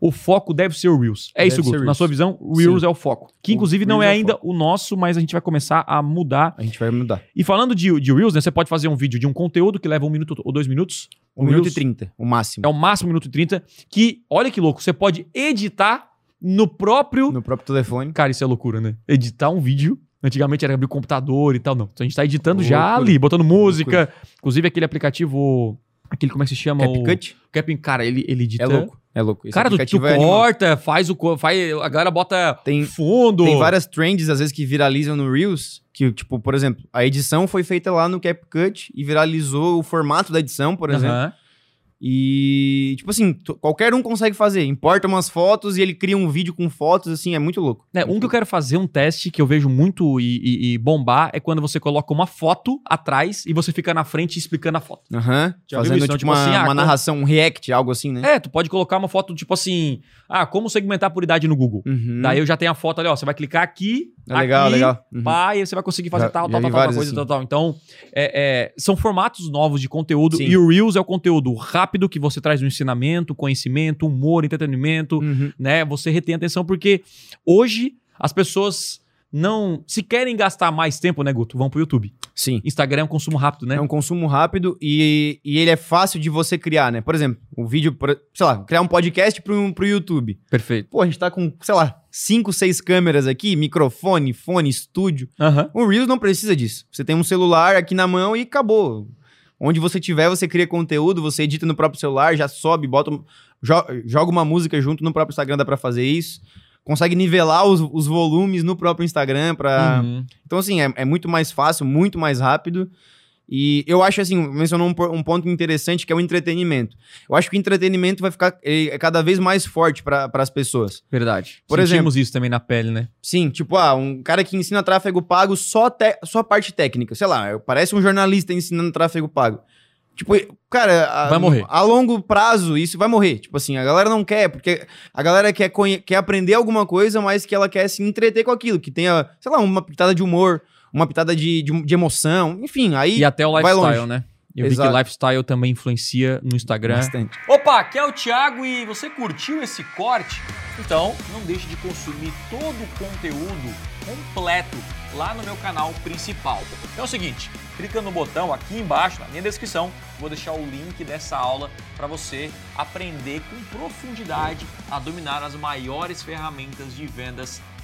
o foco deve ser o Reels. É Deve isso, ser Guto. Na Reels. sua visão, o Reels é o foco. Que O inclusive não é Reels é o ainda o nosso, mas a gente vai começar a mudar. A gente vai mudar. E falando de, de Reels, né, você pode fazer um vídeo de um conteúdo que leva um minuto ou dois minutos. Um minuto e Reels trinta, o máximo. É o máximo um minuto e trinta. Que, olha que louco, você pode editar no próprio No próprio telefone. Cara, isso é loucura, né? Editar um vídeo. Antigamente era abrir o computador e tal, não. Então A gente tá editando já Loucura. ali, botando música. Inclusive aquele aplicativo. Aquele, como é que se chama? CapCut? O Capin, cara, ele, ele edita. É louco. É louco. Esse Cara, tu, tu aplicativo é animal. corta, faz o. co- Faz, a galera bota Tem- fundo. Tem várias trends, às vezes, que viralizam no Reels, que, tipo, por exemplo, a edição foi feita lá no CapCut e viralizou o formato da edição, por Aham. exemplo. E, tipo assim, to- qualquer um consegue fazer. Importa umas fotos e ele cria um vídeo com fotos, assim, é muito louco. É, um que eu quero fazer um teste que eu vejo muito e, e- e bombar é quando você coloca uma foto atrás e você fica na frente explicando a foto. Aham. Já viu Fazendo, isso? tipo, Então, tipo uma, assim, ah, uma co- narração, um react, algo assim, né? É, tu pode colocar uma foto tipo assim, ah, como segmentar por idade no Google. Uhum. Daí eu já tenho a foto ali, ó. Você vai clicar aqui. É legal, aqui, legal. Uhum. Pá, e aí você vai conseguir fazer Já- tal, já tal, vi tal, tal, vários coisa, assim. tal, tal. Então, é- é, são formatos novos de conteúdo. Sim. E o Reels é o conteúdo rápido que você traz um ensinamento, conhecimento, humor, entretenimento, Uhum. né? Você retém a atenção, porque hoje as pessoas não. Se querem gastar mais tempo, né, Guto? Vão pro YouTube. Sim. Instagram é um consumo rápido, né? É um consumo rápido e, e ele é fácil de você criar, né? Por exemplo, o vídeo, por- sei lá, criar um podcast pro, pro YouTube. Perfeito. Pô, a gente tá com, sei lá, cinco, seis câmeras aqui, microfone, fone, estúdio. Aham. O Reels não precisa disso. Você tem um celular aqui na mão e acabou. Onde você tiver, você cria conteúdo, você edita no próprio celular, já sobe, bota, um- jo- joga uma música junto no próprio Instagram, dá pra fazer isso. Consegue nivelar os, os volumes no próprio Instagram pra, Uhum. então, assim, é, é muito mais fácil, muito mais rápido. E eu acho, assim, mencionou um, po- um ponto interessante que é o entretenimento. Eu acho que o entretenimento vai ficar ele é cada vez mais forte para as pessoas. Verdade. Por Sentimos isso também na pele, né? Sim, tipo, ah, um cara que ensina tráfego pago só, te- só a parte técnica. Sei lá, parece um jornalista ensinando tráfego pago. Tipo, cara, a, Vai morrer. a longo prazo isso vai morrer. Tipo assim, a galera não quer, porque a galera quer, conhe- quer aprender alguma coisa, mas que ela quer se entreter com aquilo, que tenha, sei lá, uma pitada de humor, uma pitada de, de, de emoção, enfim, aí E até o vai lifestyle, longe. né? Eu vi Exato. que lifestyle também influencia no Instagram. bastante. Opa, aqui é o Thiago e você curtiu esse corte? Então, não deixe de consumir todo o conteúdo completo lá no meu canal principal. Então é o seguinte, clica no botão aqui embaixo, na minha descrição, vou deixar o link dessa aula para você aprender com profundidade a dominar as maiores ferramentas de vendas